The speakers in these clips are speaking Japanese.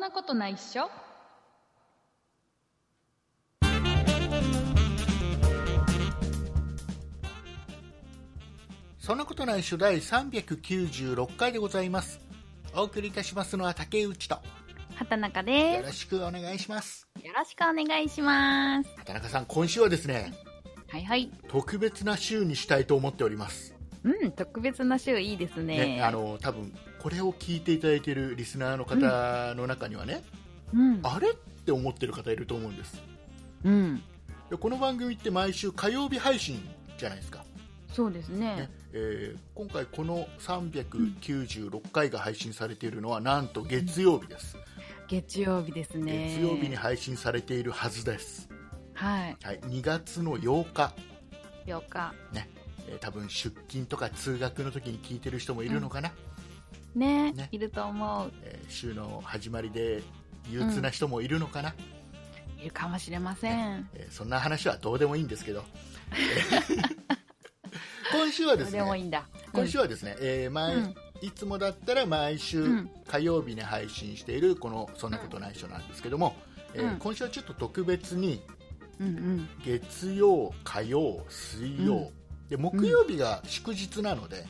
なことないっしょそんなことないっしょ第396回でございますお送りいたしますのは竹内と畑中よでろしくお願いしますすよろしくお願いします畑中さん今週はですねはいはい特別な週にしたいと思っております、うん特別な週いいですねねあの多分これを聞いていただいているリスナーの方の中にはね、うんあれって思ってる方いると思うんですうんでこの番組って毎週火曜日配信じゃないですか、そうですねねえー今回この396回が配信されているのはなんと月曜日です、月曜日ですね月曜日に配信されているはずです、はいはい、2月の8日、 8日えー多分出勤とか通学の時に聞いてる人もいるのかな、ねねいると思うえー週の始まりで憂鬱な人もいるのかな、いるかもしれませんえーそんな話はどうでもいいんです けど今週はそでれすでもいいねんだ今週はですね、えーう前んいつもだったら毎週うん火曜日に配信しているこの「そんなことないっしょ」なんですけども、えーうん今週はちょっと特別にうんうん月曜、火曜、水曜、で木曜日が祝日なので、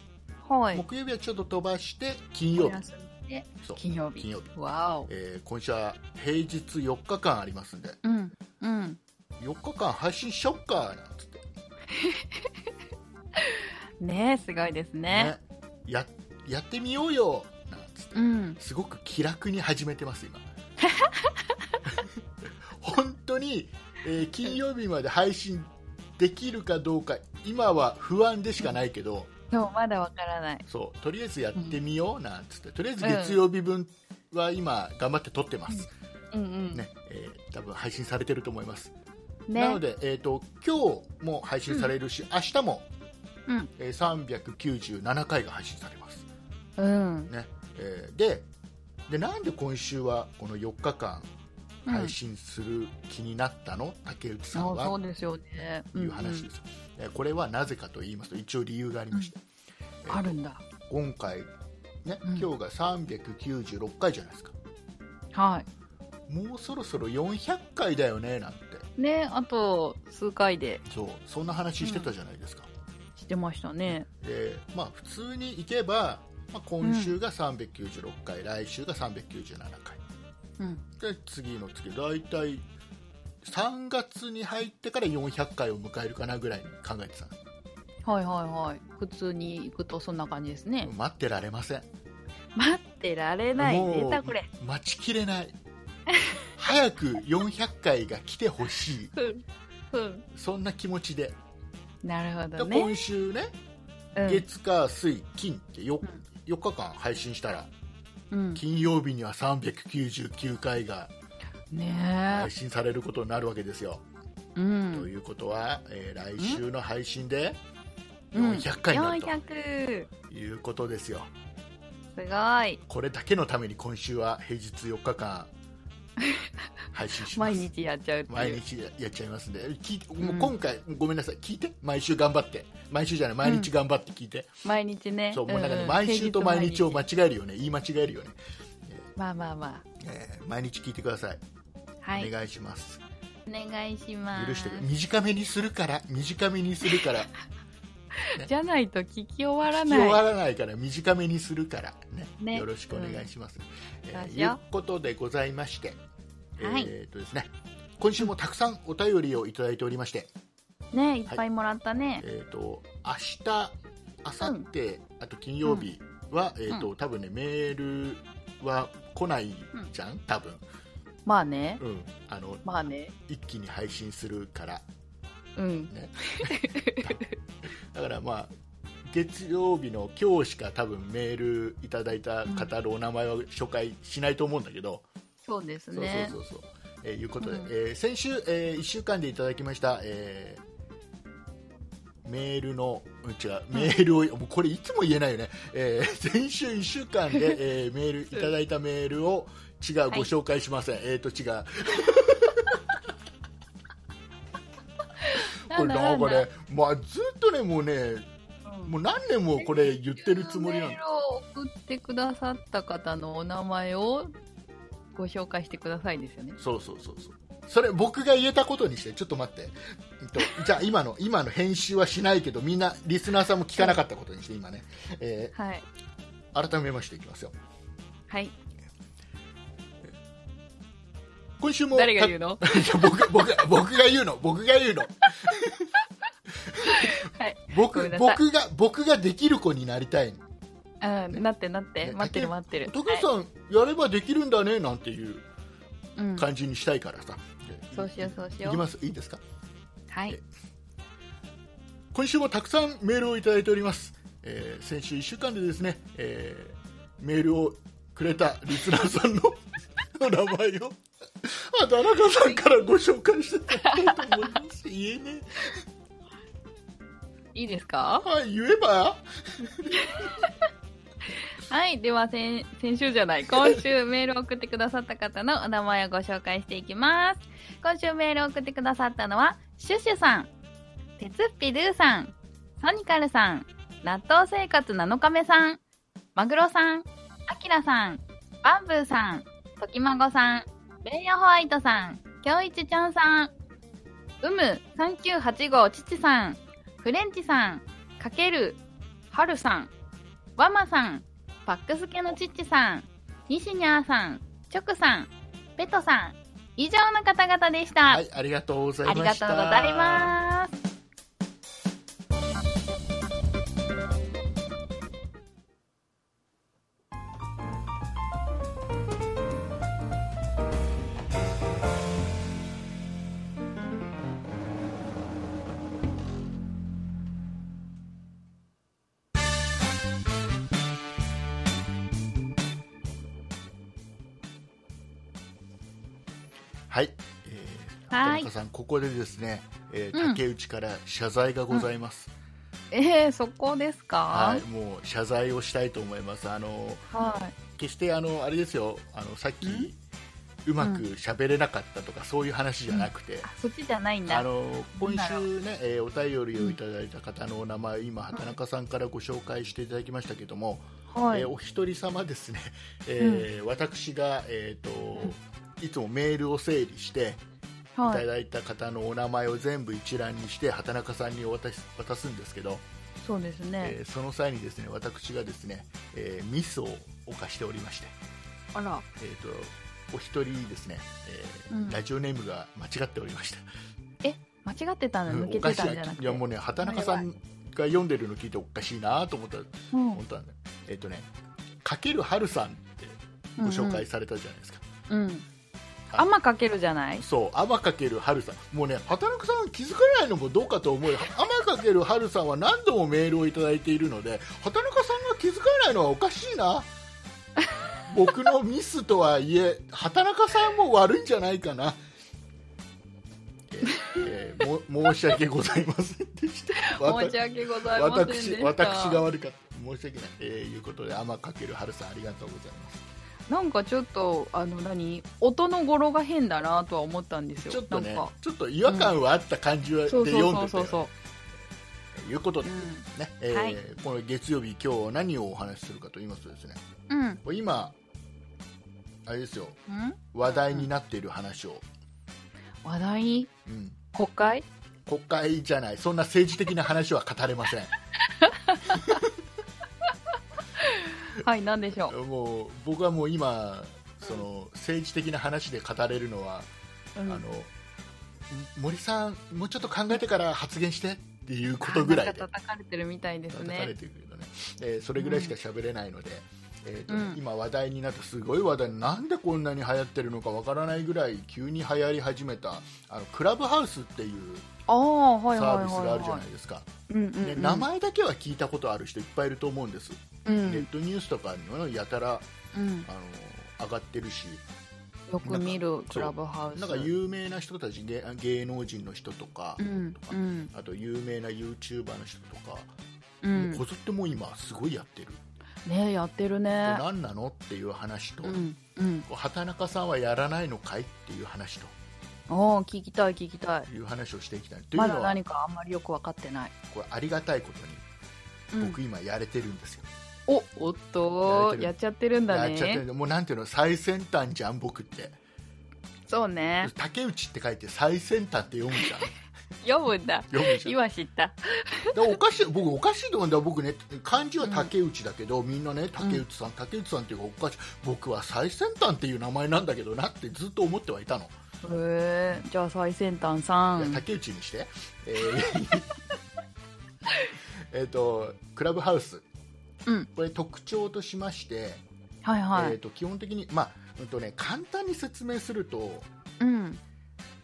うんはい木曜日はちょっと飛ばして金曜お日休みでそう金曜金日曜日、わおえー今週は平日4日間ありますんでうんうん4日間配信しよっかなんつって、ねすごいですねねややってみようよなんつってうんすごく気楽に始めてます今 本当に、えー金曜日まで配信できるかどうか今は不安でしかないけど、そうまだわからないそうとりあえずやってみようなんつって、とりあえず月曜日分は今頑張って撮ってます、うんうんねえー多分配信されてると思います、ねなので、えー、と今日も配信されるし、明日も、うんえー397回が配信されます、うんねえーででなんで今週はこの4日間配信する気になったの、竹内さんそうそはうですよねという話です、えーこれはなぜかと言いますと一応理由がありまして、うんうんあるんだ今回、ねうん今日が396回じゃないですかはもうそろそろ400回だよねなんていねあと数回でそうそんな話してたじゃないですか、してましたねでまあ普通に行けば、まあ、今週が396回、来週が397回うんで次の月大体3月に入ってから400回を迎えるかなぐらいに考えてたはいはいはい普通に行くとそんな感じですね、待ってられません待ってられないもう出たこれ待ちきれない早く400回が来てほしいふんふんそんな気持ちで、なるほでどね今週ねうん月火水金ってようん4日間配信したらうん金曜日には399回がね配信されることになるわけですよ、えうとんいうことは、えー来週の配信でうん400回になる400ということですよ、すごいこれだけのために今週は平日4日 間配信します毎日やっちゃうって毎いう日やっちゃいますんで聞いてんもう今回、ごめんなさい聞いて毎週頑張って毎週じゃない毎日頑張って聞いて、毎日ねそうもうなんかねんん毎週と毎日を間違えるよね言い間違えるよね、まあまあまえー毎日聞いてください、あはいお願いしますお願いします許してくれ短めにするから短めにする からじゃないと聞き終わら必ない要あらないから短めにするからねねよろしくお願いします、えそうーしよういうことでございまして、はいえーっとですね今週もたくさんお便りをいただいておりまして、ねいっぱいもらったね、えー、と明日明後日、あと金曜日は、えーと多分ねメールは来ないじゃん、多分、まあねうん、あのまあね一気に配信するからうんねだからまあ月曜日の今日しか多分メールいただいた方のお名前は紹介しないと思うんだけど、そうですそうねそうそうそう、えーいうことで、うんえー先週、え1週間でいただきました、えーメールのうん違うメールを、もうこれいつも言えないよね、えー先週1週間で、 えーメールいただいたメールを違う、はいご紹介しません、えっ、と違うこれなんかね、まあ、ずっとねもうねもう何年もこれ言ってるつもりなのメールを送ってくださった方のお名前をご紹介してくださいですよね。そうそうそうそうそれ僕が言えたことにしてちょっと待って、えっと、じゃあ今の今の編集はしないけどみんなリスナーさんも聞かなかったことにして今ね、えはい。ー改めましていきますよはい。今週も誰が言うのいや 僕僕が僕が言うの僕が言うのはい。ごめ僕んなさい僕が僕ができる子になりたいうん、なってなって。ね待ってる待ってる。徳井さん、やればできるんだねなんていううん。感じにしたいからさ、そうしようそうしいよきう。ますいいですかはい。今週もたくさんメールをいただいております、えー先週1週間でですね、えーメールをくれたリスナーさんの お名前をあ田中さんからご紹介してもらいたいと思います言えねいいですかえはい言えばはい。では、先、先週じゃない。今週メールを送ってくださった方のお名前をご紹介していきます。今週メールを送ってくださったのは、シュシュさん、鉄っぴルーさん、ソニカルさん、納豆生活7日目さん、マグロさん、アキラさん、バンブーさん、ときまごさん、ベイヤホワイトさん、きょういちちゃんさん、うむ3985ちちさん、フレンチさん、かける、はるさん、わまさん、パックスケのチッチさん、ニシニャーさん、チョクさん、ペトさん、以上の方々でした。はいありがとうござあいりまがしたとうございます。はい、えーはい田中さんここでですね、えーうん竹内から謝罪がございます、えー、そこですかはい、もう謝罪をしたいと思います。あのは決してあのあれですよ、あのさっきうまく喋れなかったとか、そういう話じゃなくて、い。そっちじゃないんだ。あはのな今んだろ週ね、えーお便りをいただいた方のお名前を今畑中さんからご紹介していただきましたけども、い。えーお一人様ですね、えー私がえっ、と。いつもメールを整理していはたい。だいた方のお名前を全部一覧にして畑中さんにお渡し渡すんですけど、そうですね。えーその際にですね私がですね、えーミスを犯しておりまして、あら。えー、とお一人ですね、えーうんラジオネームが間違っておりました、間違ってたのうん抜けおかてしいたんじゃなくいて。やもうね畑中さんが読んでるの聞いておかしいなと思ったらうん本当はねえっ、とねかけるはるさんってご紹介されたじゃないですか、うんうん。あんまかけるじゃないそう天かけるはるさんもうね畑中さんは気づかないのもどうかと思うよ天かけるはるさんは何度もメールをいただいているので畑中さんが気づかないのはおかし いな僕のミスとはいえ畑中さんも悪いんじゃないかなえーえーも申し訳ございませんでしたわ申した訳ございませんで私した。私が悪かった申し訳ない、えーいうことで天かけるはるさんありがとうございますなんかちょっと、あの、何音の語呂が変だなとは思ったんですよ。ちょっとねなんか。ちょっと違和感はあった感じは、でそう読んでたそうそようねそうそということで、ねえーはいこの月曜日、今日は何をお話しするかと言いますとですねう。うん。うん。今、あれですようん話題になっている話を、話題うん、国会国会じゃないそんな政治的な話は語れません はい、なんでしょもう僕はもう今その政治的な話で語れるのは、う。あうのん森さん、もうちょっと考えてから発言してっていうことぐらいあでなんか叩かれてるみたいです叩かれね。てるけどね、えーそれぐらいしか喋れないので、えーとうん今話題になったすごい話題なんでこんなに流行ってるのかわからないぐらい急に流行り始めたあのクラブハウスっていうああ、はサいはいはいービスがあるじゃはないですか、い。うんうんでうん。名前だけは聞いたことある人いっぱいいると思うんです、うネッん。トニュースとかにはやたらうん。あの上がってるしよく見るかクラブハウスなんか有名な人たち芸芸能人の人とか、うんうんあと有名な YouTuber の人とか、うんもうこぞってもう今すごいやってるねやってるね何なのっていう話と、うんうんこう畑中さんはやらないのかいっていう話とおー聞きたい聞きたいいう話をしていきたいというまのだは、何かあんまりよく分かってないこれありがたいことにうん僕今やれてるんですよ、おおっとややれっちゃってるんだやっちゃってねるもうなんていうの最先端じゃん僕ってそうね竹内って書いて最先端って読むじ ゃん読むんだ読むじゃん今知っただからおかしい僕おかしいと思うんだよ僕ね漢字は竹内だけど、みんなね竹内さん竹内さんっていうかおかしい僕は最先端っていう名前なんだけどなってずっと思ってはいたの、へえじゃあ最先端さいやん竹内にしてえーえっとクラブハウスうんこれ特徴としまして、はいはえー、いと基本的に、まあうんとね、簡単に説明するとうん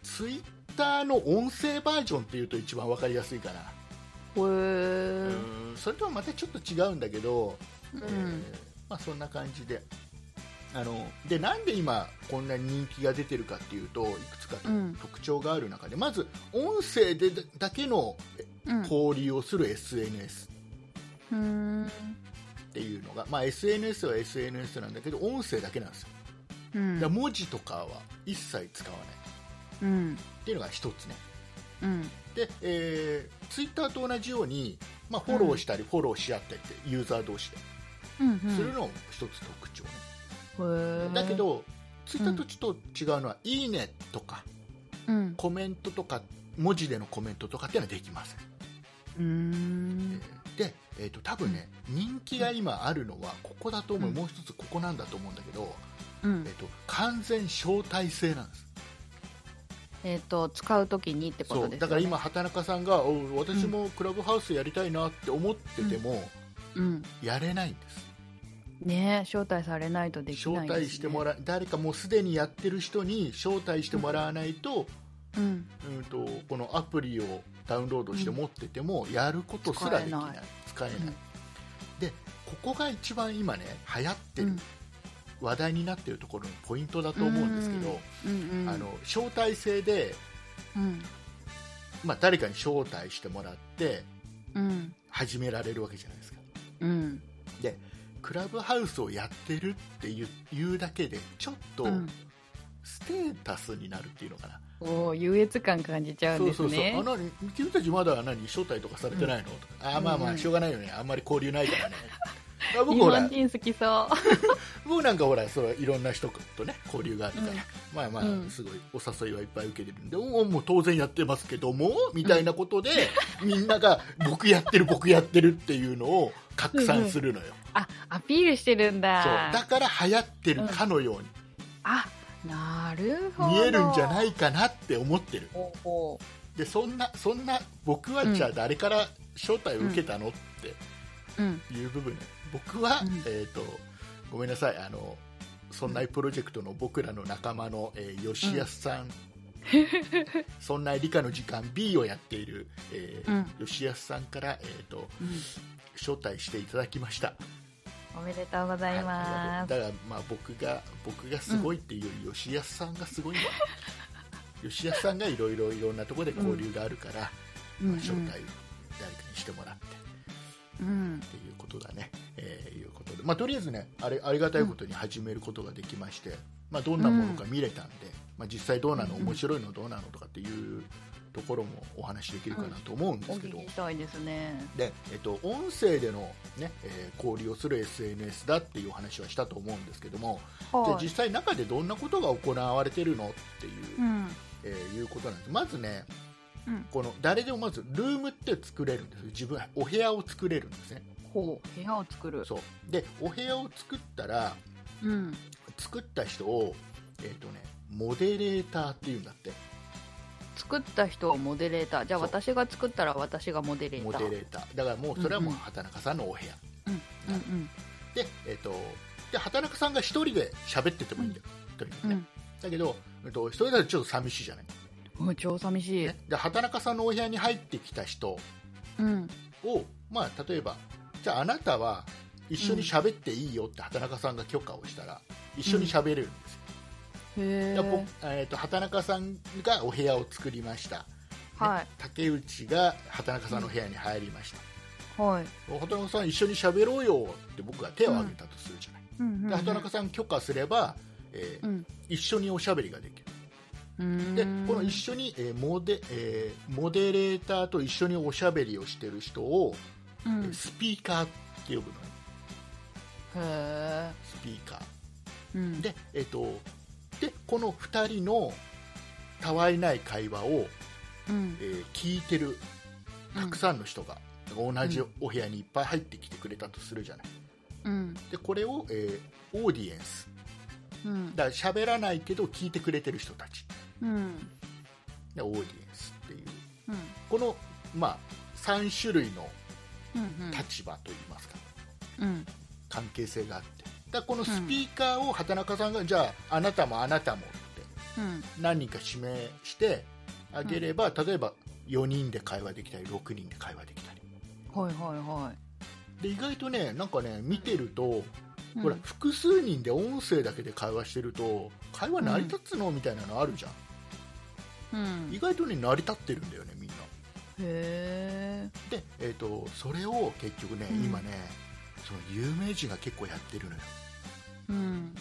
ツイッターの音声バージョンっていうと一番わかりやすいかな、へえうんそれとはまたちょっと違うんだけど、うえんーまあ、そんな感じであのでなんで今こんなに人気が出てるかっていうといくつかうん特徴がある中で、まず音声でだけのうん交流をする SNS うーんっていうのが、まあ、SNS は SNS なんだけど音声だけなんですようだんから文字とかは一切使わないうんっていうのが一つねうんで、えー、ツイッターと同じように、まあ、フォローしたりフォローし合ったりってユーザー同士でうんするのも一つ特徴ね、うんへえだけどツイッターとちょっと違うのは「いいね」とかうんコメントとか文字でのコメントとかっていうのはできません、うーんえーで、えー、と多分ね人気が今あるのはここだと思う、うんもう一つここなんだと思うんだけど、うんえー、と完全招待制なんですえっと使うときにってこそとうですだよねから今畑中さんがお私もクラブハウスやりたいなって思ってても、うんやれないんですねえ招待されないとでき招ない待してもらら誰かもうすでにやってる人に招待してもらわないと,、うんうん、とこのアプリをダウンロードしてうん持ってても、やることすらできな使えいない使えない、うんでここが一番今ね流行ってる、うん話題になってるところのポイントだと思うんですけど、うんうんあの招待制で、うんまあ、誰かに招待してもらってうん始められるわけじゃないですかうんクラブハウスをやってるっていう言うだけでちょっとうんステータスになるっていうのかな、おー優越感感じちゃうんそうですそうそう、ねあ何君たちまだ何招待とかされてないの、とかあーまあまうあんしょうがないよねあんまり交流ないか らねあ日僕ほら本人好きそう僕なんかほらそういろんな人とね交流があるから、うんまあまあ、うんすごいお誘いはいっぱい受けてるんでおもう当然やってますけどもみたいなことで、みんなが僕やってる僕やってるっていうのを拡散するのよ、あアピールしてるんそうだだから流行ってるかのように、あなるほど見えるんじゃないいかなって思ってるおおでそんなそんな僕はじゃあ誰から招待を受けたのってうんいう部分ね僕は、うんえー、とごめんなさいあのそんなプロジェクトの僕らの仲間の、えー吉安さん、 そんな理科の時間 B をやっている、えー吉安さんから、えー、とうん招待していただきましたおめでとうござはいいまありがすとうだから、まあ、僕が僕がすごいっていうより、吉安さんがす ごいんだよ吉安さんがいろいろいろんなところで交流があるから、うんまあ、招待誰かにしてもらってうんっていうことだね、えーいうことで、まあ、とりあえずねあれありがたいことに始めることができまして、まあ、どんなものか見れたんで、まあ、実際どうなのうん面白いのどうなのとかっていうところもお話しできるかなと思うんでおすけど、聞きしたいですねでえっと、音声での、ねえー交流をする SNS だっていうお話はしたと思うんですけども、じゃあは実い際中でどんなことが行われてるのっていう,、うんえーいうことなんですまずね、うんこの誰でもまずルームって作れるんですよ自分お部屋を作れるんですねほう部屋を作るそうでお部屋を作ったらうん作った人を、えーとね、モデレーターっていうんだって作った人をモデレーターじゃあそう私が作ったら私がモデレーモタデーレーターだからもうそれはもううんうん畑中さんのお部屋、うんうんで,、えー、とで畑中さんが一人で喋っててもいいんだよ、とにかくうんうねんだけど、えー、と一人だとちょっと寂しいじゃない、もう超寂しい、ね、で畑中さんのお部屋に入ってきた人うんを、まあ、例えばじゃああなたは一緒に喋っていいよって畑中さんが許可をしたら一緒に喋れるんですよ、へで僕ええー、と畑中さんがお部屋を作りました、ねはい竹内が畑中さんの部屋に入りました、はい畑中さん一緒に喋ろうよって僕が手を挙げたとするじゃない、うんうんで畑中さん許可すれば、えーうん一緒におしゃべりができるうんでこの一緒に、えーモデえーモデレーターと一緒におしゃべりをしてる人を、うんスピーカーって呼ぶのねへスピーカーえ、うん、で,、えっとでこの2人のたわいない会話を、うん、えー聞いてるたくさんの人が、同じお部屋にいっぱい入ってきてくれたとするじゃないうんでこれを、えーオーディエンスうんだから喋らないけど聞いてくれてる人たちうんうんでオーディエンスっていううんこの、まあ、3種類のうん立場といいますか、うん関係性があってだからこのスピーカーを畑中さんが、じゃああなたもあなたもってうん何人か指名してあげれば、例えば4人で会話できたり6人で会話できたりはいはいはで意外とねなんかね見てると、いほら複数人で音声だけで会話してると会話成り立つの、みたいなのあるじゃんうん意へ外とね成り立ってるんだよねみんなえで、えー、とそれを結局ね、うん今ねその有名人が結構やってるのようん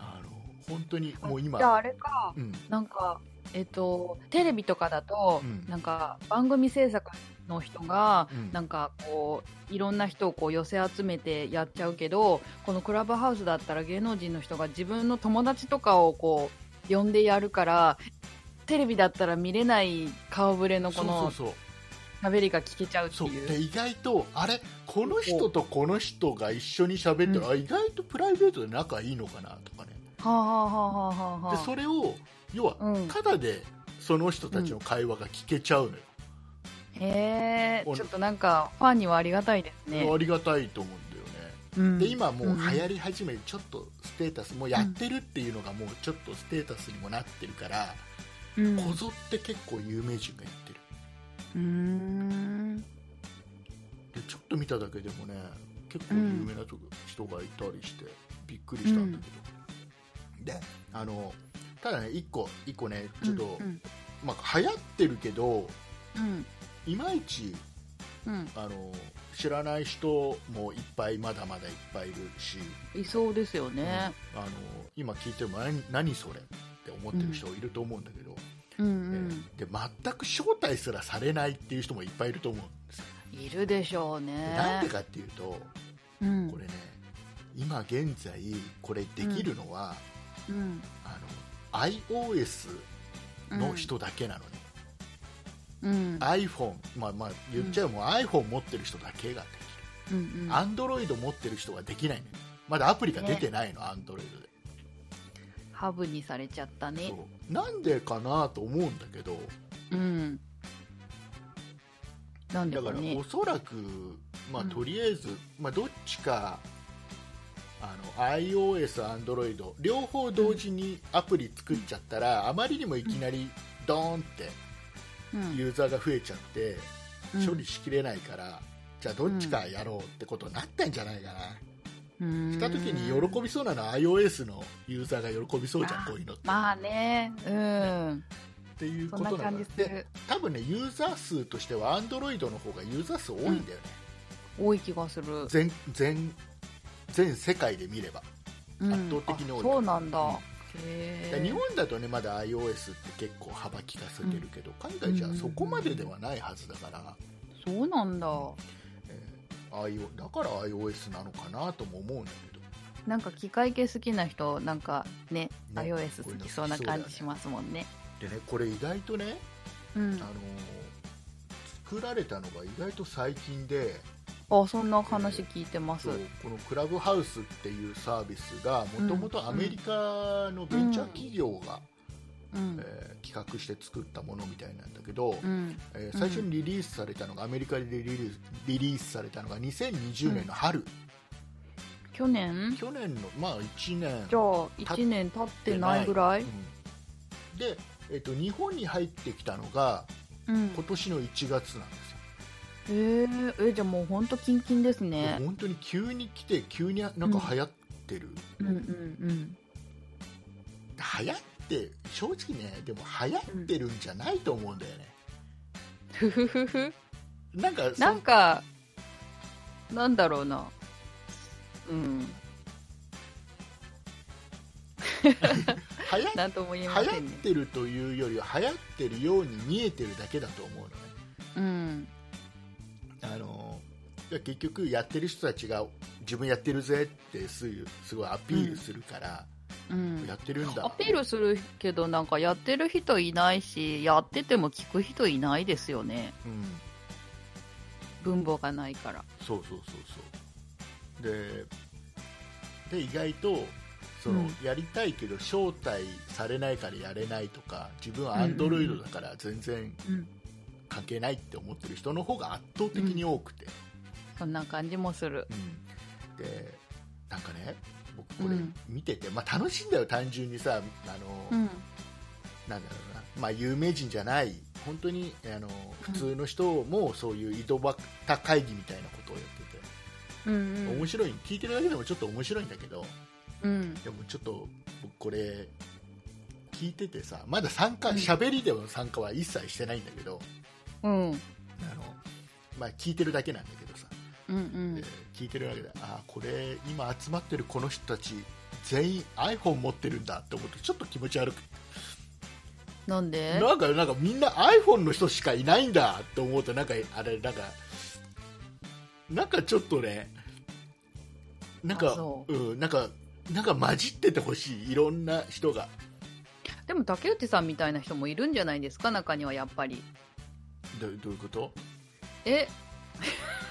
あの本当にもう今じゃああれかうんなんかえっとテレビとかだと、うんなんか番組制作の人がうんなんかこういろんな人をこう寄せ集めてやっちゃうけどこのクラブハウスだったら芸能人の人が自分の友達とかをこう呼んでやるからテレビだったら見れない顔ぶれのこのそうそう喋りが聞けちゃうってそうそういでう。意外とあれこの人とこの人が一緒に喋ってる、うあ意外とプライベートで仲いいのかなとかねはあはあはあはあはあでそれを要は、うんただでその人たちの会話が聞けちゃうのよ、へえおちょっとなんかファンにはありがたいですねあ。りがたいと思うんだよねうんで今もううん流行り始めちょっとステータスもうやってるっていうのがもうちょっとステータスにもなってるかうら、んこぞって結構有名人がやってるうーんでちょっと見ただけでもね結構有名なとこ人がいたりしてびっくりしたんだけど、であのただね一個一個ねちょっと、うんまあ、流行ってるけどうんいまいちうんあの知らない人もいっぱいまだまだいっぱいいるし、いそうですよね。あの今聞いても何何それって思ってる人いると思うんだけど、うんえーで全く招待すらされないっていう人もいっぱいいると思うんですよ、うんいるでしょうね。なんでかっていうとうんこれね今現在これできるのは、うんあの iOS の人だけなのうね、ん、 iPhone、まあ、まあ言っちゃえばもう iPhone 持ってる人だけがでうんきうるん、 Android 持ってる人はできないねまだアプリが出てないの、Android でハブにされちゃったね。そうなんでかなと思うんだけど、うん。なんでだかからねお。そらく、まあ、うんとりあえず、まあ、どっちかあの iOS、Android 両方同時にアプリ作っちゃったら、あまりにもいきなりドーンってうんユーザーが増えちゃってうん処理しきれないから、じゃあどっちかやろうってことになったんじゃないかな、うんした時に喜びそうなのは iOS のユーザーが喜びそうじゃん、あーこういうのって,、まあね、うん。っていうそこんとなな感のじでする。多分ねユーザー数としては Android の方がユーザー数多いんだよね、多い気がする。全全全世界で見れば、うん圧倒的に多いあそうなんうんだ。へえ。日本だとねまだ iOS って結構幅利かせてるけど、海外じゃそこまでではないはずだから、そうなんだ。えー iO だから iOS なのかなとも思うんだけどなんか機械系好きな人なんかね、ね iOS 好きそうな感じしますもんね。でねこれ意外とね、うんあ。のー作られたのが意外と最近であ、そんな話聞いてますそう。このクラブハウスっていうサービスがもともとアメリカのベンチャー企業が、うん。えー企画して作ったものみたいなんだけど、うん。えー最初にリリースされたのが、アメリカでリリースリリースされたのが2020年の春、去年去年の、まあ、1年じゃあ1年経ってないぐらいうんで、えっと日本に入ってきたのがうん今年の1月なんですよ、えー、えじゃあもうほんとキンキンですねで本当に急に来て急になんか流行ってる、うんうん流行って正直ねでも流行ってるんじゃないと思うんだよね、ふふ ふふなんかそなんかなんだろうなうん流行っなんとも言えません流行っねてるというよりは流行ってるように見えてるだけだと思うのねうんあのだから結局やってる人たちが自分やってるぜってすぐすごいアピールするかうら、んやってるんだアピールするけどなんかやってる人いないしやってても聞く人いないですよねうん、分母がないからそうそうそうそうでで意外とその、うんやりたいけど招待されないからやれないとか自分はアンドロイドだから全然うん関係ないって思ってる人の方が圧倒的に多くて、そんな感じもするうんでなんかね僕これうん見てて、まあ、楽しいんだよ単純にさあの、うんなんだろうな、まあ、有名人じゃない本当にあの普通の人もそういう井戸端会議みたいなことをやってて、うん面白い聞いてるだけでもちょっと面白いんだけどうんでもちょっと僕これ聞いててさまだ参加喋りでの参加は一切してないんだけど、うんあのまあ、聞いてるだけなんだけどさ、うんうんで聞いてるだけでああこれ今集まってるこの人たち全員 iPhone 持ってるんだって思うとちょっと気持ち悪くてなんでなんかなんかみんな iPhone の人しかいないんだって思うとなんかあれなんかなんかちょっとねなんあか、そうん、なんかなんか混じっててほしいいろんな人がでも竹内さんみたいな人もいるんじゃないですか中にはやっぱりどどういうことえ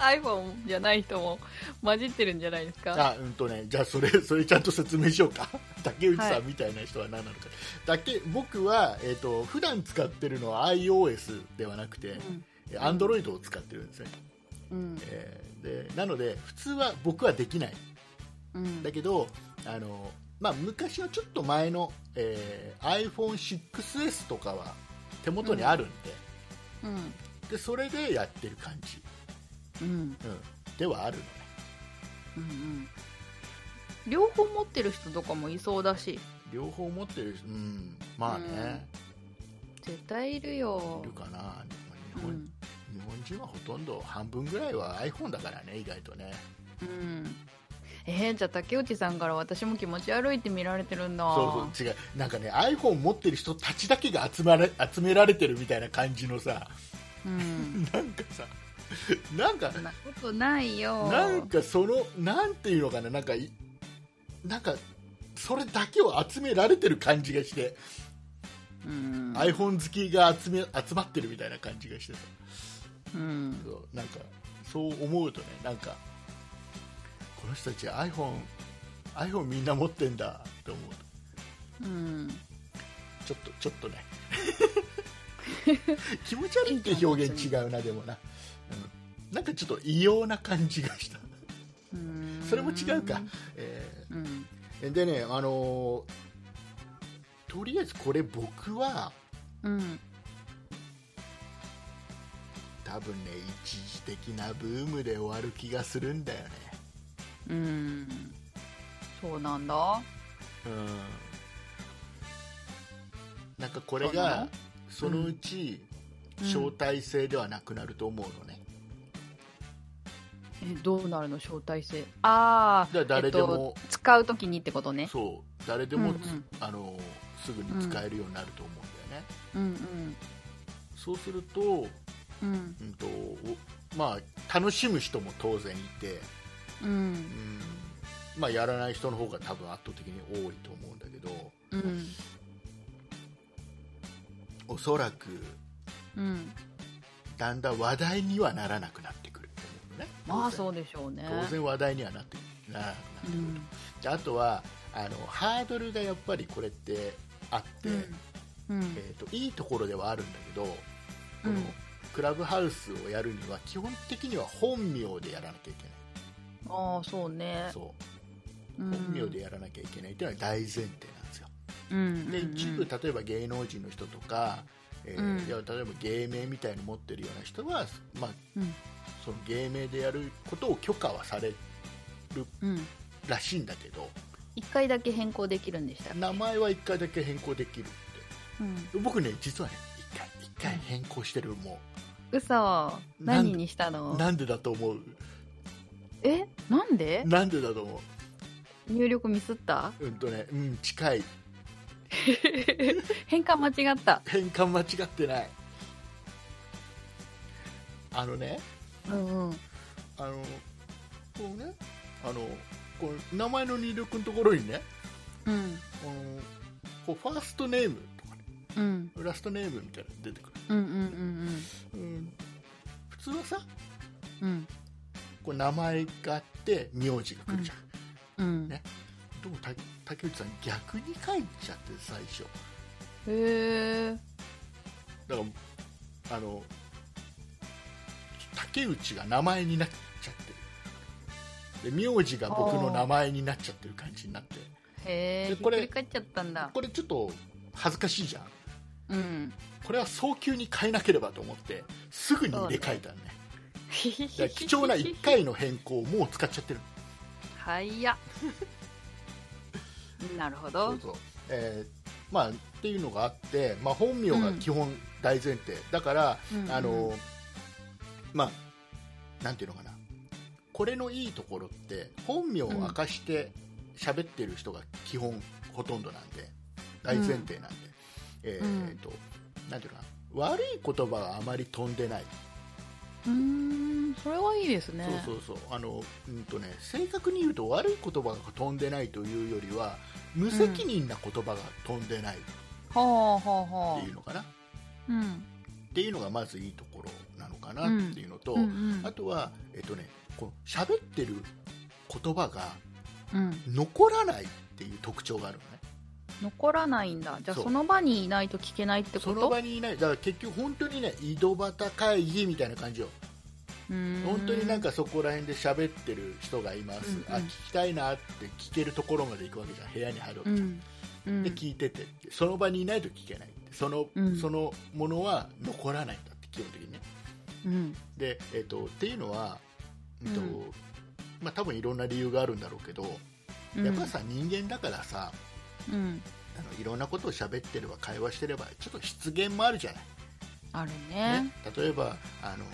iPhone じゃない人も混じってるんじゃないですかあうんとねじゃあそれそれちゃんと説明しようか 竹内さはいんみたいな人は何なのか、だけ僕は、えー、と普段使ってるのは iOS ではなくて、え Android を使ってるんですね、うんえーでなので普通は僕はできないうんうんだけどあの、まあ、昔のちょっと前の、えー iPhone6S とかは手元にあるんで,、うんでそれでやってる感じ、うんうん、ではあるのねうんうん両方持ってる人とかもいそうだし両方持ってる人うんまあね、絶対いるよいるかなまあう日本,、ん、日本人はほとんど半分ぐらいは iPhone だからね意外とねうん、えー、じゃあ竹内さんから私も気持ち悪いって見られてるんだそうそう違うなんかね iPhone 持ってる人たちだけが集まれ集められてるみたいな感じのさうん、なんかさなんかそんなことないよなんかそのなんていうのかななんかいなんかそれだけを集められてる感じがして、うん iPhone 好きが集め集まってるみたいな感じがしてさうんそうなんかそう思うとねなんかこの人たち iPhone iPhone みんな持ってんだって思ううんとちょっとちょっとね気持ち悪いって表現違うなでもな、うん、なんかちょっと異様な感じがしたうんそれも違うか、えーうんでね、あのーとりあえずこれ僕はうん多分ね一時的なブームで終わる気がするんだよねうんそうなんだうんなんかこれそうながのそのうちうん招待制ではなくなると思うのね、えどうなるの招待制ああだから誰でもえっと、使うときにってことねそう誰でもつ、うんうんあのーすぐに使えるようになると思うんだよね、うんそうすると,、うんうんうんとおまあ、楽しむ人も当然いて、うんうんまあ、やらない人の方が多分圧倒的に多いと思うんだけどうんおそらくうんだんだん話題にはならなくなってくると思うのねまあ当然そうでしょうね当然話題にはなってならなくなってうくる、んであとはあのハードルがやっぱりこれってあって、うんうんえー、といいところではあるんだけどこうのんクラブハウスをやるには基本的には本名でやらなきゃいけないああそうねそううん本名でやらなきゃいけないっていうのは大前提なんですようんで一部うん例えば芸能人の人とか、えーうんいや例えば芸名みたいの持ってるような人は、まあ、うんその芸名でやることを許可はされるうんらしいんだけど一回だけ変更できるんでしたっけ名前は1回だけ変更できるってうん僕ね実はね1回一回変更してるも嘘何にしたう、のなんでだと思うえなんでなんでだと思入力ミスったううんとねうん近い変換間違った変換間違ってないあのねうんうんあのこう名前の入力のところにねうんあのこうファーストネームとかねうんラストネームみたいなの出てくうんうんうんる、うん、普通はさうんこう名前があって名字が来るじゃん、うんねでもた竹内さん逆に書いちゃって最初へえだからあの竹内が名前になっちゃってるで名字が僕の名前になっちゃってる感じになってへえひでっこくれり返っちゃったんだこれちょっと恥ずかしいじゃんうんこれは早急に変えなければと思ってすぐに入れ替えたんねだから貴重な1 回の変更をもう使っちゃってるはいやなるほそどうそうえーまあっていうのがあって、まあ、本名が基本大前提、だからうんあのまあなんていうのかなこれのいいところって本名を明かして喋ってる人が基本ほとんどなんで大前提なんで、えーっとなんていうのかな悪い言葉があまり飛んでない、うんそれはいいですねそうそうそうあのうんとね正確に言うと悪い言葉が飛んでないというよりは無責任な言葉が飛んでないっはあはあはていうのかな、あうんっていうのがまずいいところなのかなっていうのと、うんあとは、えっとね、この喋ってる言葉がうん残らないっていう特徴があるのね残らないんだじゃあそうその場にいないと聞けないってことその場にいないだから結局本当にね井戸端会議みたいな感じよ本本当になんかそこら辺で喋ってる人がいます、うんうんあ聞きたいなって聞けるところまで行くわけじゃん部屋に入ろううと、んうんで聞いててその場にいないと聞けないってその,、うんそのものは残らないんだって基本的にねうんで、えっとっていうのは、うんとうんまあ、多分いろんな理由があるんだろうけど、うんやっぱさ人間だからさうんあのいろんなことを喋ってれば会話してればちょっと失言もあるじゃない、あるねね例えばあの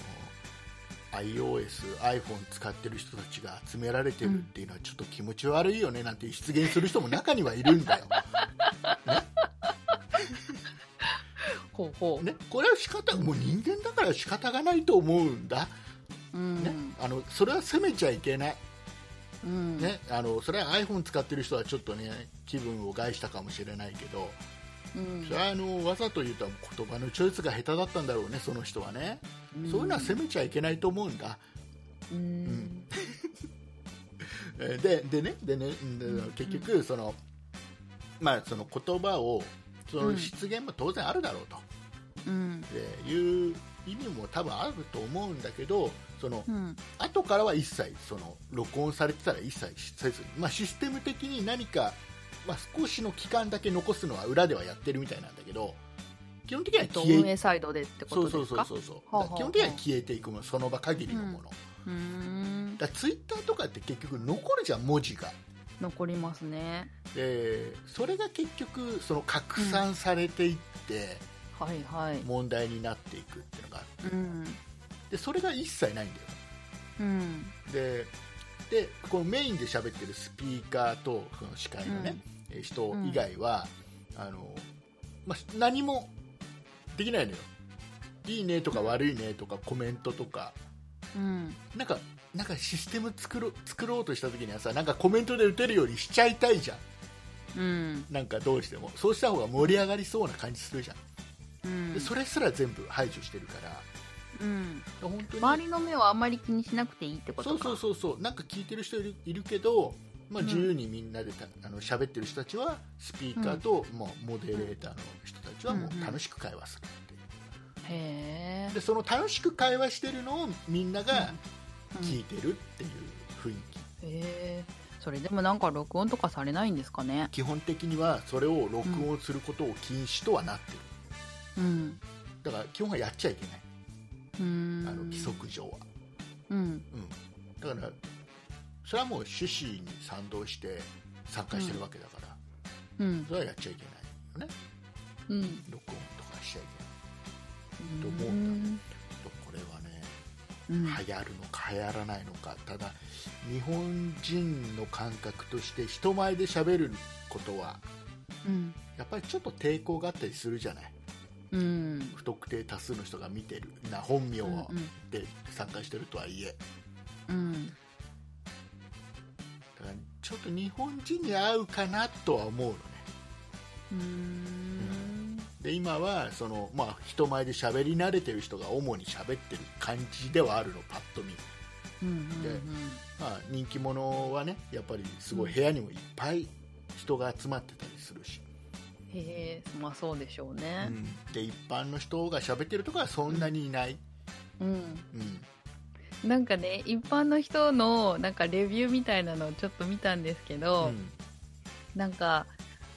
iOS、iPhone 使ってる人たちが集められてるっていうのはちょっと気持ち悪いよねなんて失言する人も中にはいるんだよ、ほうほうね、これは仕方もう人間だから仕方がないと思うんだ、うねんあのそれは責めちゃいけないうんね、あのそれは iPhone 使ってる人はちょっとね気分を害したかもしれないけど、うんそれはあのわざと言うと言葉のチョイスが下手だったんだろうね、その人はね、そういうのは責めちゃいけないと思うんだ、うんえーででねでねうんでうん結局その、まあ、その言葉をそうのん失言も当然あるだろうと、うんでいう意味も多分あると思うんだけどそのうん後からは一切その録音されてたら一切せずに、まあ、システム的に何か、まあ、少しの期間だけ残すのは裏ではやってるみたいなんだけど基本的には消え運営サイドでってこそとうそでうすそうかそうそうはあはあだから基本的には消えていくものその場限りのもの、うーんだツイッターとかって結局残るじゃん文字が、残りますねえーそれが結局その拡散されていってはいはい問題になっていくっていうのがあるうんでそれが一切ないんだようんででこのメインで喋ってるスピーカーとその司会の、ねえー人以外は、あのまあ、何もできないのよいいねとか悪いねとかコメントとかうんなんかなんかシステム作ろ作ろうとした時にはさなんかコメントで打てるようにしちゃいたいじゃんうんなんかどうしてもそうした方が盛り上がりそうな感じするじゃん、うんでそれすら全部排除してるからうん本当に周りの目はあんまり気にしなくていいってことそうかそうそうそうなんか聞いてる人いるいるけど、まうあ、ん自由にみんなでた、あの喋ってる人たちはスピーカーと、もうモデレーターの人たちはもうんうんう楽しく会話するっていう、へえでその楽しく会話してるのをみんながうん聞いてるっていう雰囲気、へえそれでもなんか録音とかされないんですかね基本的にはそれを録音することを禁止とはなってるうんだから基本はやっちゃいけないうーんあの規則上は、うんうん、だからそれはもう趣旨に賛同して参加してるわけだから、うんそれはやっちゃいけないよねうん録音とかしちゃいけないとと思うんとこれはねうん流行るのか流行らないのかただ日本人の感覚として人前で喋ることはうんやっぱりちょっと抵抗があったりするじゃないうん不特定多数の人が見てるな本名うんで参加してるとはいえ、うんからちょっと日本人に合うかなとは思うのねうーんで今はその、まあ、人前で喋り慣れてる人が主に喋ってる感じではあるのパッと見、うんでまあ、人気者はねやっぱりすごい部屋にもいっぱい人が集まってたりするし、うんうんへえまあそうでしょううねんで一般の人が喋ってるとこはそんなにいない、うんうんなんかね一般の人のなんかレビューみたいなのをちょっと見たんですけど、うんなんか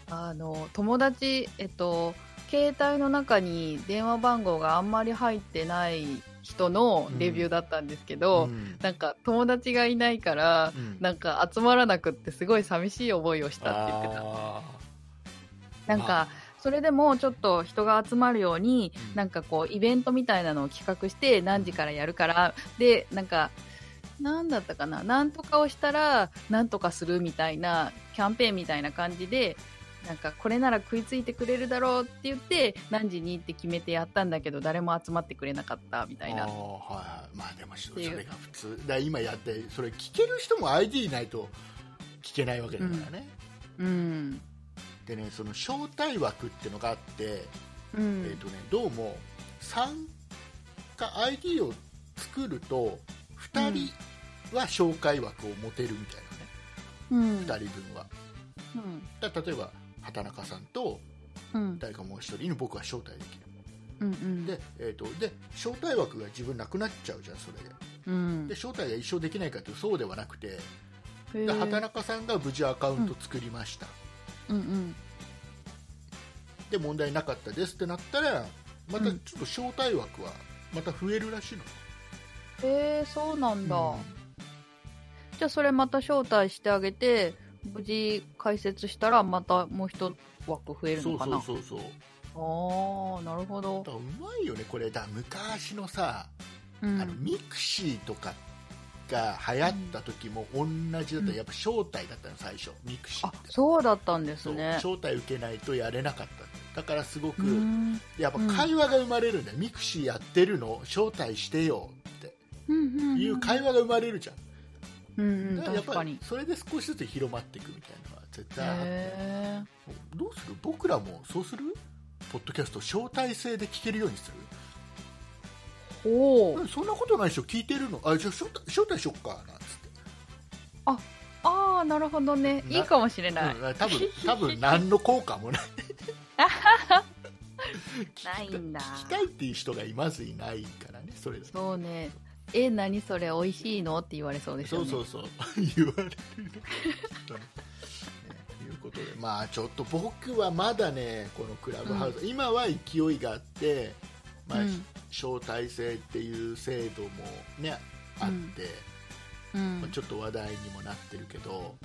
あの友達えっと携帯の中に電話番号があんまり入ってない人のレビューだったんですけど、うんなんか友達がいないからうんなんか集まらなくってすごい寂しい思いをしたって言ってたあなんまあかそれでもちょっと人が集まるように、うんなんかこうイベントみたいなのを企画して何時からやるからでなんかなんだったかななんとかをしたらなんとかするみたいなキャンペーンみたいな感じでなんかこれなら食いついてくれるだろうって言って何時にって決めてやったんだけど誰も集まってくれなかったみたいーあーなはいはいまあでもそていうれが普通だから今やってそれ聞ける人も ID ないと聞けないわけだからね、うんでねその招待枠ってのがあって、うえーんとね、どうも参加 ID を作ると2人は紹介枠を持てるみたいうんなね、2人分はだから例えば畑中さんとうん誰かもう1人に僕は招待できるうんうんで,、えー、とで招待枠が自分なくなっちゃうじゃんそれでうんで招待が一生できないかというとそうではなくてへでー畑中さんが無事アカウント作りました、うんうんで問題なかったですってなったらまたちうょっんと招待枠はまた増えるらしいの、へえそうなんだ、うんじゃあそれまた招待してあげて無事解説したらまたもう一枠増えるそのうかそなうそうそうああなるほどだ、からうまいよねこれだから昔のさ、うん、あのミクシーとかが流行った時も同じだった、うんやっぱ招待だったの最初ミクシーあってそうだったんですそうね招待受けないとやれなかっただからすごく、うーんやっぱ会話が生まれるんだよ、ミクシーやってるの招待してよってうんうんいう会話が生まれるじゃん、うんうんだからやっ確ぱかりにそれで少しずつ広まっていくみたいなのは絶対あってへどうする僕らもそうするポッドキャスト招待制で聞けるようにするえほううんそんなことないでしょ聞いてるのあじゃあ招待招待しよっかなんつってああなるほどねないいかもしれない、うん、多分多分何の効果もないないんだ聞きたいっていう人がまずいないからねそれだとそうねえ何それ美味しいのって言われそうですそようねそうそう 言われるとねいうことでまあちょっと僕はまだねこのクラブハウス、今は勢いがあって、まあうん招待制っていう制度もねあって、うまあんちょっと話題にもなってるけど、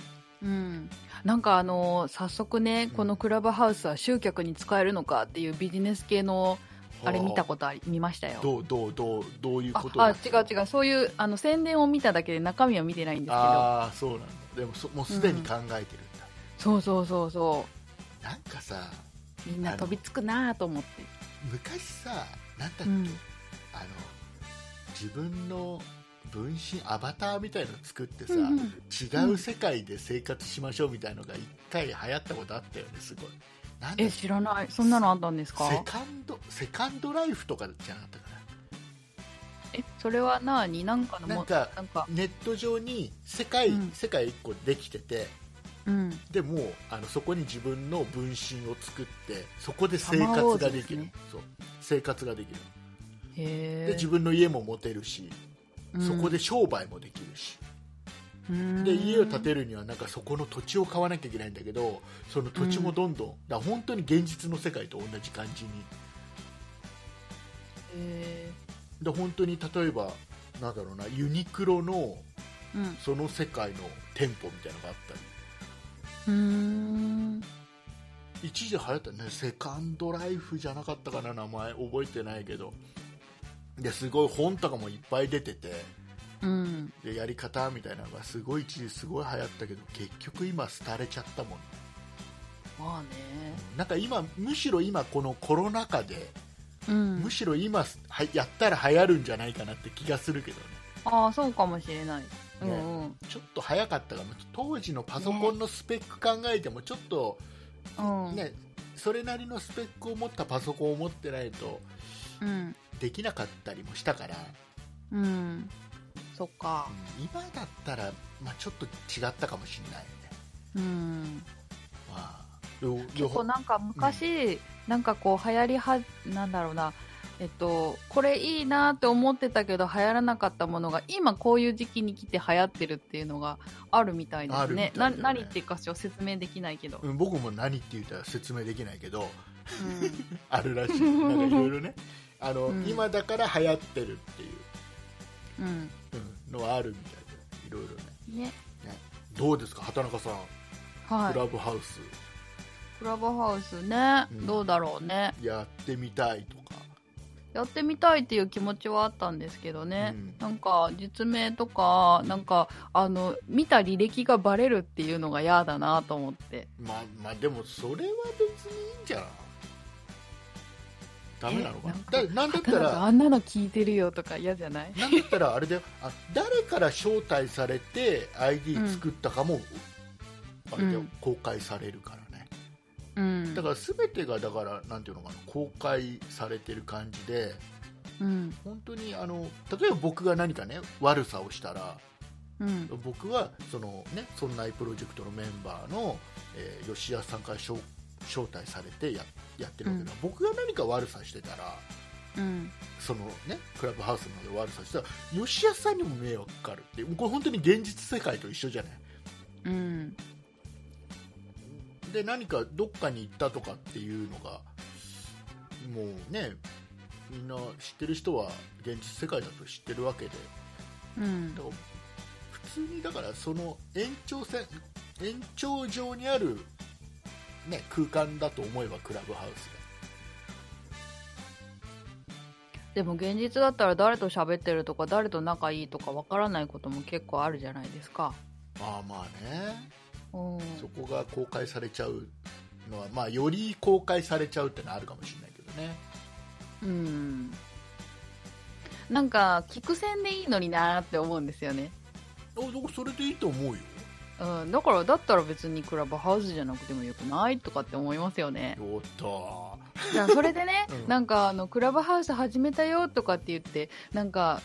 うん、なんかあのー早速ね、うんこのクラブハウスは集客に使えるのかっていうビジネス系のあれ見たことあり見ましたよ。どうどうどうどういうあことあ違う違うそういうあの宣伝を見ただけで中身は見てないんですけどああそうなんだでもそもうすでに考えてるんだ、そうそうそうそなんかさうみんな飛びつくなぁと思って昔さなんだっけ、うんあの自分の分身アバターみたいの作ってさ、うんうん違う世界で生活しましょうみたいのが一回流行ったことあったよねすごいなんだえ知らないそんなのあったんですかセカンドセカンドライフとかじゃなかったかえそれは何なんかのななもんかなんかネット上に世界、うん世界一個できててうんでもうあのそこに自分の分身を作ってそこで生活がでサマきるーウォーズですねそう生活ができるでへ自分の家も持てるし、えそこで商売もできるしでで家を建てるにはなんかそこの土地を買わなきゃいけないんだけどその土地もどんどん、だから本当に現実の世界と同じ感じにへで本当に例えばなんだろうなユニクロのーうんその世界の店舗みたいなのがあったりうーん一時流行ったねセカンドライフじゃなかったかな名前覚えてないけどですごい本とかもいっぱい出ててうんでやり方みたいなのがすごい一時すごい流行ったけど結局今廃れちゃったもんねまあねなんか今むしろ今このコロナ禍でうんむしろ今はやったら流行るんじゃないかなって気がするけどねああそうかもしれないうんうんちょっと早かったかも当時のパソコンのスペック考えてもちょっと、うんねそれなりのスペックを持ったパソコンを持ってないとうんできなかったりもしたから、うんそっかうん今だったら、まあ、ちょっと違ったかもしれないよね、うんまあ、両両結構なんか昔、なんかこう流行りはなんだろうなえっと、これいいなって思ってたけど流行らなかったものが今こういう時期に来て流行ってるっていうのがあるみたいであするみたねいだなね何っていうかちょっと説明できないけど、うん僕も何って言ったら説明できない けどうんあるらしいなんかいろいろねあの、うん今だから流行ってるっていううんうんのはあるみたいでいろいろねねどうですか畑中さん、はいクラブハウスクラブハウスね、うんどうだろうねやってみたいとかやってみたいっていう気持ちはあったんですけどね、うんなんか実名とかなんかあの見た履歴がバレるっていうのが嫌だなと思ってまあまあでもそれは別にいいんじゃんダメなのかなえだなんだったなんからあんなの聞いてるよとか嫌じゃないなんだったらあれだよあ誰から招待されて ID 作ったかも、あれだようん公開されるからねうんだから全てがだからなんていうのかな公開されてる感じでうん本当にあの例えば僕が何かね悪さをしたらうん僕はそのねそんなプロジェクトのメンバーの、えー吉安さんから招招待されてややってるわけだ、僕が何か悪さしてたらうんそのねクラブハウスので悪さしたら吉安さんにも迷惑かかるってもうこれ本当に現実世界と一緒じゃないうんで何かどっかに行ったとかっていうのがもうねみんな知ってる人は現実世界だと知ってるわけでうんだから普通にだからその延長線延長上にある、ね、空間だと思えばクラブハウスでも現実だったら誰と喋ってるとか誰と仲いいとかわからないことも結構あるじゃないですかがまあまあねうんそこが公開されちゃうのは、まあ、より公開されちゃうってのはあるかもしれないけどねうんなんか聞く線でいいのになーって思うんですよねおだからそれでいいと思うようん、だからだったら別にクラブハウスじゃなくてもよくないとかって思いますよねおっと じゃあそれで ね、うんなんかあのクラブハウス始めたよとかって言ってなんか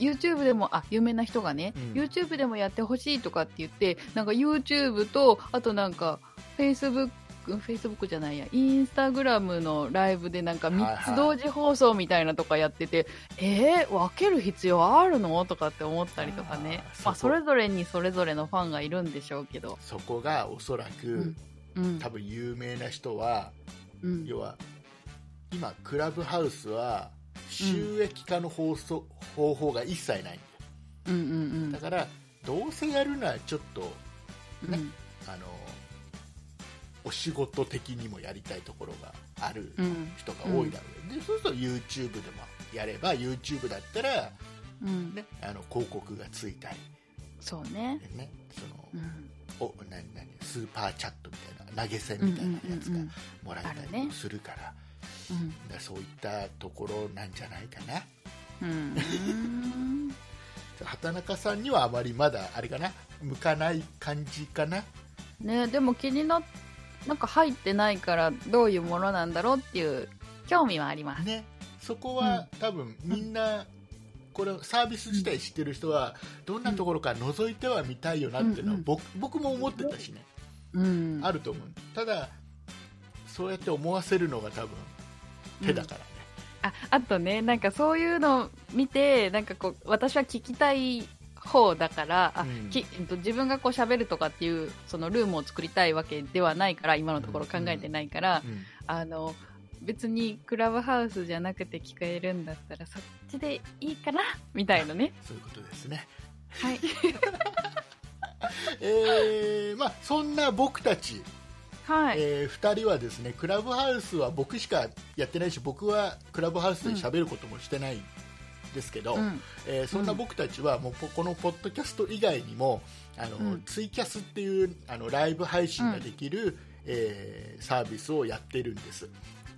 YouTube でもあ有名な人がね、うん YouTube でもやってほしいとかって言ってなんか YouTube とあとなんか Facebook フェイスブックじゃないやインスタグラムのライブでなんかはいは3いつ同時放送みたいなとかやってて、えー、分ける必要あるのとかって思ったりとかねあーまあ、そそこれぞれにそれぞれのファンがいるんでしょうけど、そこがおそらく、うんうん多分有名な人はうん、要は今クラブハウスは収益化の放送、方法が一切ないんだようんうんだからどうせやるならちょっとうんうんあのお仕事的にもやりたいところがあるうん人が多いだろうね、でそうすると YouTube でもやれば YouTube だったら、うんね、あの広告がついたり、そうねねそうんのおなになにスーパーチャットみたいな投げ銭みたいなやつうがんうんうんうんもらえたあるりねもするから,、うんだからそういったところなんじゃないかな。うーん畑中さんにはあまりまだあれかな向かない感じかなねでも気になっなんか入ってないからどういうものなんだろうっていう興味はありますねそこは、多分みんなこれサービス自体知ってる人はどんなところか覗いてはみたいよなっていうのはうん僕,、僕も思ってたしねうんあると思うただそうやって思わせるのが多分手だからね、ああとねなんかそういうの見てなんかこう私は聞きたい方だからあ、うんきえっと、自分がこう喋るとかっていうそのルームを作りたいわけではないから今のところ考えてないから、うんあの別にクラブハウスじゃなくて聞かれるんだったらそっちでいいかなみたいなね。そういうことですねはい。えーまあそんな僕たち、 はい。え2人はですねクラブハウスは僕しかやってないし僕はクラブハウスで喋ることもしてないんですけど、うん。えーそんな僕たちはもうポこのポッドキャスト以外にもあの、うんツイキャスっていうあのライブ配信ができる、えーサービスをやってるんです、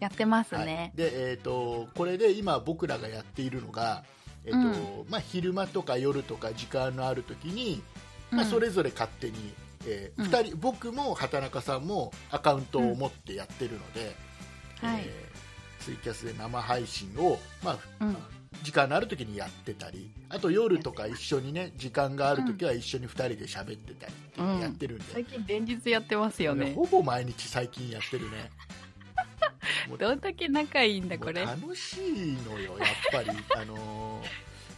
やってますはいね。でえー、とこれで今僕らがやっているのが、えっとまあ、昼間とか夜とか時間のある時に、まあ、それぞれ勝手に、えーうん二人僕も畑中さんもアカウントを持ってやってるので、はいえーツイキャスで生配信を、まあ、うん時間のある時にやってたりあと夜とか一緒にね時間がある時は一緒に2人で喋ってたりうんやってるんで、最近連日やってますよねほぼ毎日最近やってるねもうどんだけ仲いいんだこれもう楽しいのよやっぱ りあのー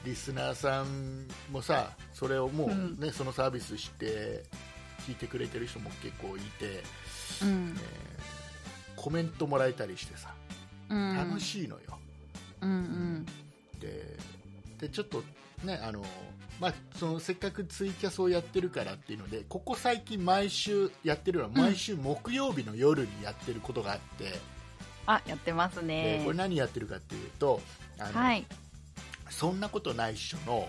リスナーさんもさそれをもううんね、そのサービスして聞いてくれてる人も結構いて、うんえーコメントもらえたりしてさうん楽しいのよ、うんうんででちょっとねあの、まあ、そのせっかくツイキャスをやってるからっていうのでここ最近毎週やってるのはうん毎週木曜日の夜にやってることがあって、あやってますでねこれ何やってるかっていうとあの、はいそんなことないっしょ」の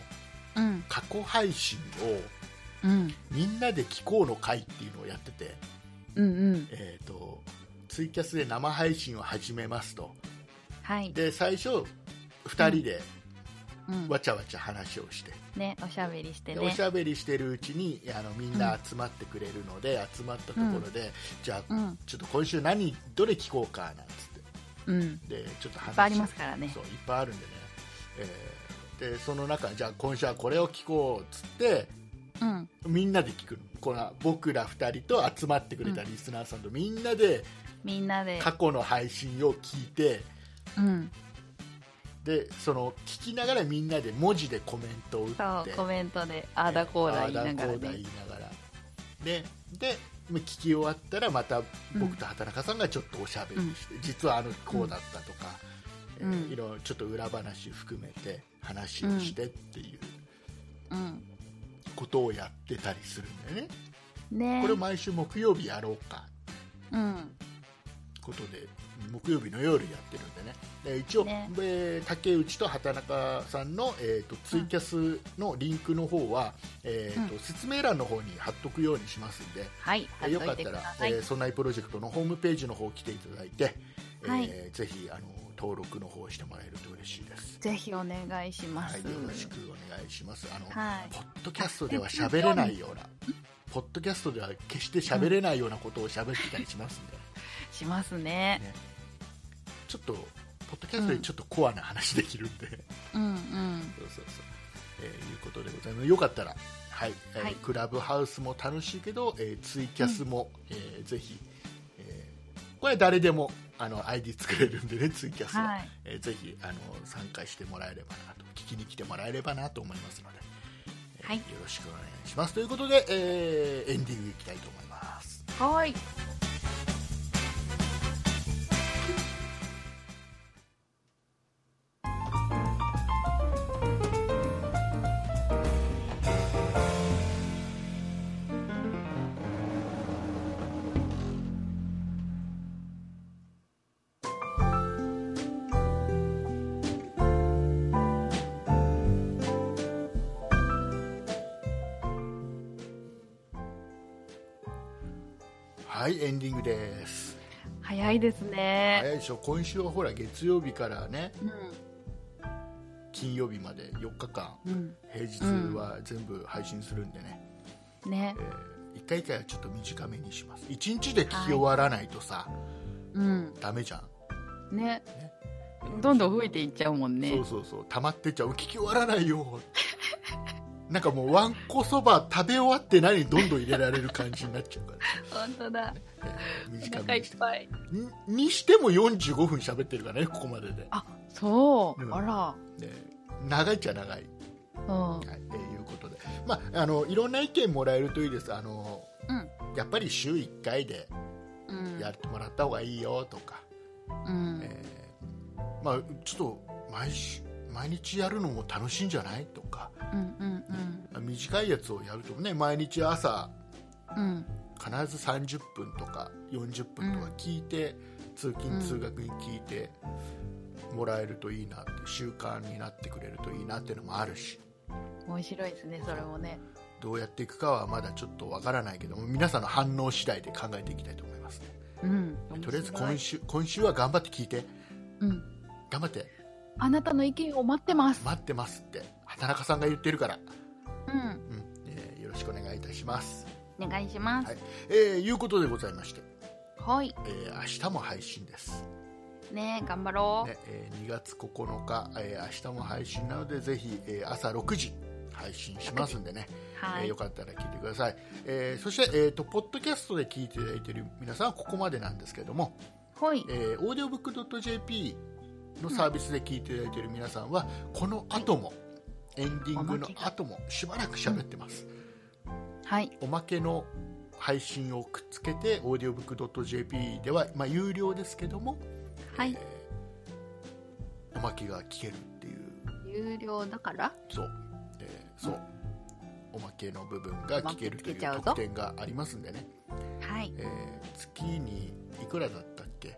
うん過去配信をうんみんなで聞こうの会っていうのをやってて、うんうんえー、とツイキャスで生配信を始めますとはいで最初2人でうんわちゃわちゃ話をして、ねおしゃべりしてでおねしゃべりしてるうちにあのみんな集まってくれるので、集まったところで、じゃあ、うんちょっと今週何どれ聞こうかなんつうんいっってでちょっと話ぱいありますからねそういっぱいあるんでね、えーでその中じゃあ今週はこれを聞こうっつってうんみんなで聞くのこの僕ら2人と集まってくれたリスナーさんとみんなでみんなで過去の配信を聞いてうんでその聞きながらみんなで文字でコメントを打ってそうコメントであーだこうだ言いながあらーだこうだ言ねいながらでで聞き終わったらまた僕と畑中さんがちょっとおしゃべりして、実はあのこうだったとか、うんえーいろいろちょっと裏話含めて話をしてっていううんことをやってたりするんだよね、ねこれを毎週木曜日やろうかうんことで木曜日の夜やってるんでねで一応、ねえー竹内と畑中さんの、えー、とツイキャスのリンクの方は、えーと説明欄の方に貼っとくようにしますんで、はい貼っよとかいってたくらだ、さいえー、そんないプロジェクトのホームページの方来ていただいて、はいえーぜひあの登録の方してもらえると嬉しいです。ぜひお願いしまはすい、よろしくお願いします。あの、はいポッドキャストでは喋れないような、ポッドキャストでは決して喋れないようなことを喋ってたりしますんで、しますねねちょっとポッドキャストでちょっとコアな話できるんで、うんうんそうそうそう、えーいうことでございます。よかったら、はい、えーはいクラブハウスも楽しいけど、えーツイキャスも、えーぜひ、えーこれは誰でもあの ID 作れるんでね、ツイキャスは、はいえーぜひあの参加してもらえればなと、聞きに来てもらえればなと思いますので、えーはいよろしくお願いします。ということで、えーエンディングいきたいと思います。はいはい、エンディングです。早いですね早いでしょ、今週はほら、月曜日からね、う金曜日まで4日間、ん平日は全部配信するんでね。うんねえー一回一回はちょっと短めにします一日で聞き終わらないとさ、うんダメじゃんねどんどん増えていっちゃうもんそねうそうそう溜まってっちゃう聞き終わらないよ なんかもうわんこそば食べ終わって何どんどん入れられる感じになっちゃうか本当だら、えーお短腹いめっ ぱいにしてににしても45分喋ってるからねここまでで、あそう、うんあらえー長いっちゃ長い、うんはいえーいうことでまああのいろんな意見もらえるといいですあのうんやっぱり週1回でうんやってもらった方がいいよとか、うんえーまあ、ちょっと毎週毎日やるのも楽しいんじゃないとかうんうんうん短いやつをやるとね毎日朝うん必ず30分とか40分とか聞いて、通勤通学に聞いてもらえるといいなって習慣になってくれるといいなっていうのもあるし面白いですねそれもねどうやっていくかはまだちょっとわからないけども皆さんの反応次第で考えていきたいと思いますねうんとりあえず面白今い週今週は頑張って聞いてうん頑張ってあなたの意見を待ってます。待ってますって畑中さんが言ってるから、うん。うんえーよろしくお願いいたしますお願いします。えーいうことでございまして、はい。えー明日も配信です、ねえ、頑張ろう。ねえー2月9日、えー明日も配信なのでぜひ、えー朝6時配信しますんでね、はえーいよ。かったら聞いてください、えーそして、えーとポッドキャストで聞いていただいている皆さんはここまでなんですけども、ほい。えー、オーディオブックドット JP のサービスで聞いていただいている皆さんは、この後もエンディングの後もしばらく喋ってます、はい。おまけの配信をくっつけてオーディオブックドット JP では、まあ、有料ですけども、はい。えーおまけが聞けるっていう有料だからそう,、えーそうおまけの部分が聞けるとおまけつけいうちゃうぞ特典がありますんでね、はい。えー月にいくらだったっけ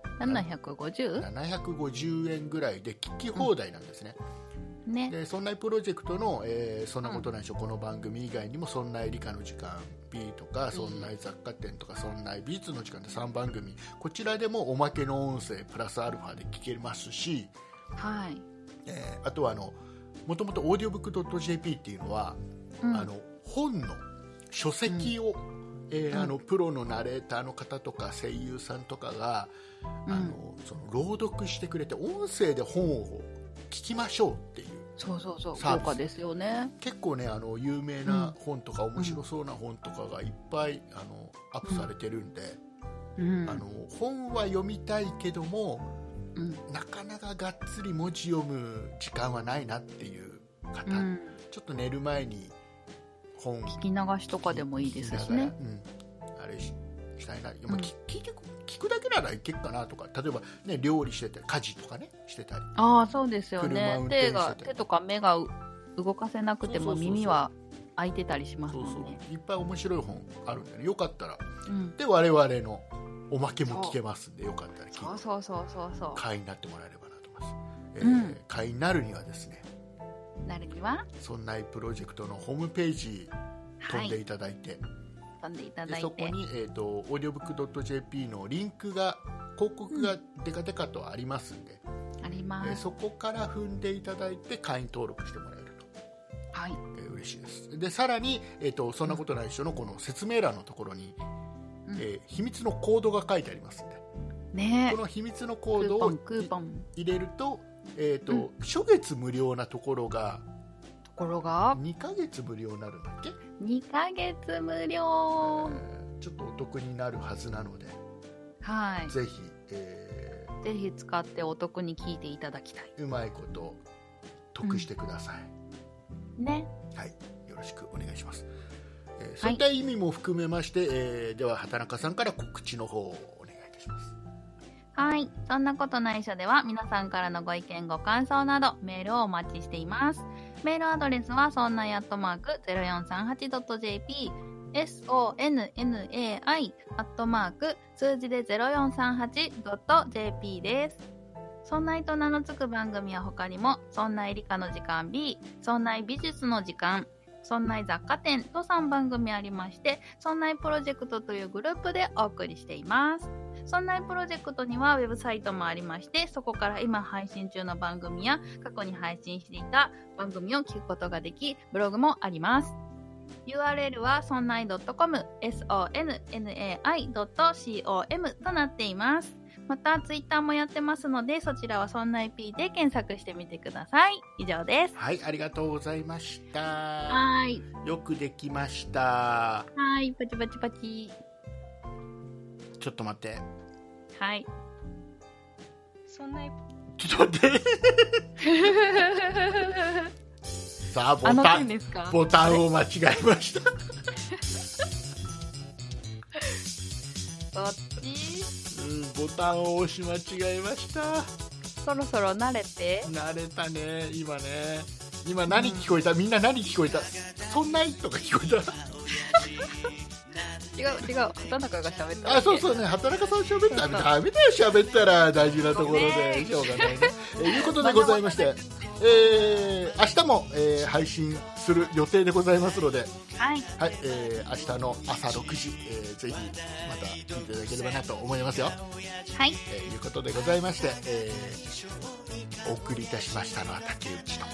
750? 750円ぐらいで聞き放題なんですね、ね。でそんなプロジェクトの、えーそんなことないでしょ、この番組以外にも「そんな理科の時間 B」とか「そんな雑貨店」とか「そんな美術の時間」って3番組こちらでもおまけの音声プラスアルファで聞けますし、はい。えーあとはあのもともとオーディオブックドット JP っていうのは、うんあの本の書籍を、えーうんあのプロのナレーターの方とか声優さんとかが、うんあのその朗読してくれて音声で本を聞きましょうっていう。そうそうそう。サー豪ビス華ですよね。結構ねあの有名な本とか、面白そうな本とかがいっぱいあのアップされてるんで、うんあ。の本は読みたいけどもうん。なかなかがっつり文字読む時間はないなっていう方、うん。ちょっと寝る前に本聞き流しとかでもいいですし聞きなねが。らうん、あれししたいな、まあ聞聞いて聞くだけならいけっかなとか例えば、ね、料理してたり家事とかねしてたりああ、そうですよ車ね運。転して手てもが、手とか目がう動かせなくてそうもそうそうそう耳は開いてたりしますそうもそんうね。いっぱい面白い本あるんで、ね、よかったらうん。で我々のおまけも聞けますんでよかったらそ聞ういてそうそうそうそ会員になってもらえればなと思います、えーうん会員になるにはですねう。なるには、そんなプロジェクトのホームページは飛んでい。いただいて、飛んでいたでだそいこて。に、えー、とオーディオブックドット JP のリンクが広告がデカデカとありますんで、ありえーます。そこから踏んでいただいて会員登録してもらえると、はい。えー嬉しいですでさらに、えーと「そんなことないでしょ」のこの説明欄のところに、うんえー秘密のコードが書いてありますんでねこの秘密のクコードーポをン、クーポン。入れると,、えーとう初月無料なところがところが、 2ヶ月無料になるんだっけ、 2ヶ月無え料。ーちょっとお得になるはずなのではい。ぜひ、ぜえひ使ってお得に聞いていただきたい。ーうまいこと得してください、ね。はいよろしくお願いします、えーそういった意味も含めまして、えーでは畑中さんから告知の方をお願いいたしますはい。そんなことないしょでは、皆さんからのご意見、ご感想など、メールをお待ちしています。メールアドレスは、そんなやっとマーク 0438.jp、sonnai アットマーク数字で 0438.jp です。そんないと名の付く番組は他にも、そんない理科の時間 B、そんない美術の時間、そんない雑貨店と3番組ありまして、そんないプロジェクトというグループでお送りしています。そんなプロジェクトにはウェブサイトもありまして、そこから今配信中の番組や過去に配信していた番組を聞くことができ、ブログもあります。URL はそんない .com、sonnai.com となっています。また、ツイッターもやってますので、そちらはそんない P で検索してみてください。以上です。はいありがとうございましたはーい。よくできましはたーい。パチパチパチ。ちょっと待ってはい。そんな ちょっと待 ってさあボあのタ件ンですかボタンを間違えましたどっちうんボタンを押し間違えましたそろそろ慣れて慣れたね今ね今何聞こえた、みんな何聞こえたそんないとか聞こえ違う違う畑中が喋ったたあそうそうね畑中さん喋ったらダメだよ喋ったら大事なところごめでんしょうがないねえーいうことでございましてえー明日も、えー配信すする予定でございますので、はい。はいえー明日の朝6時、えーぜひまた聞いていただければなと思いますよ。はい。と、えーいうことでございまして、えーお送りいたしましたのは竹内と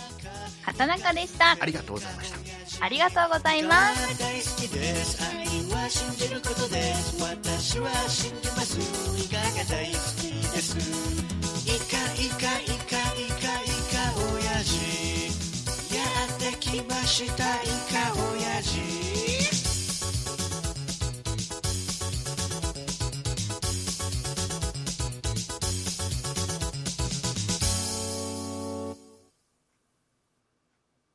畑中でしたあ。りがとうございました。ありがとうございます。大好きです愛は信じることです私は信じますイカが大好きですイカイカイカイカイカ親父やってきましたイカ親父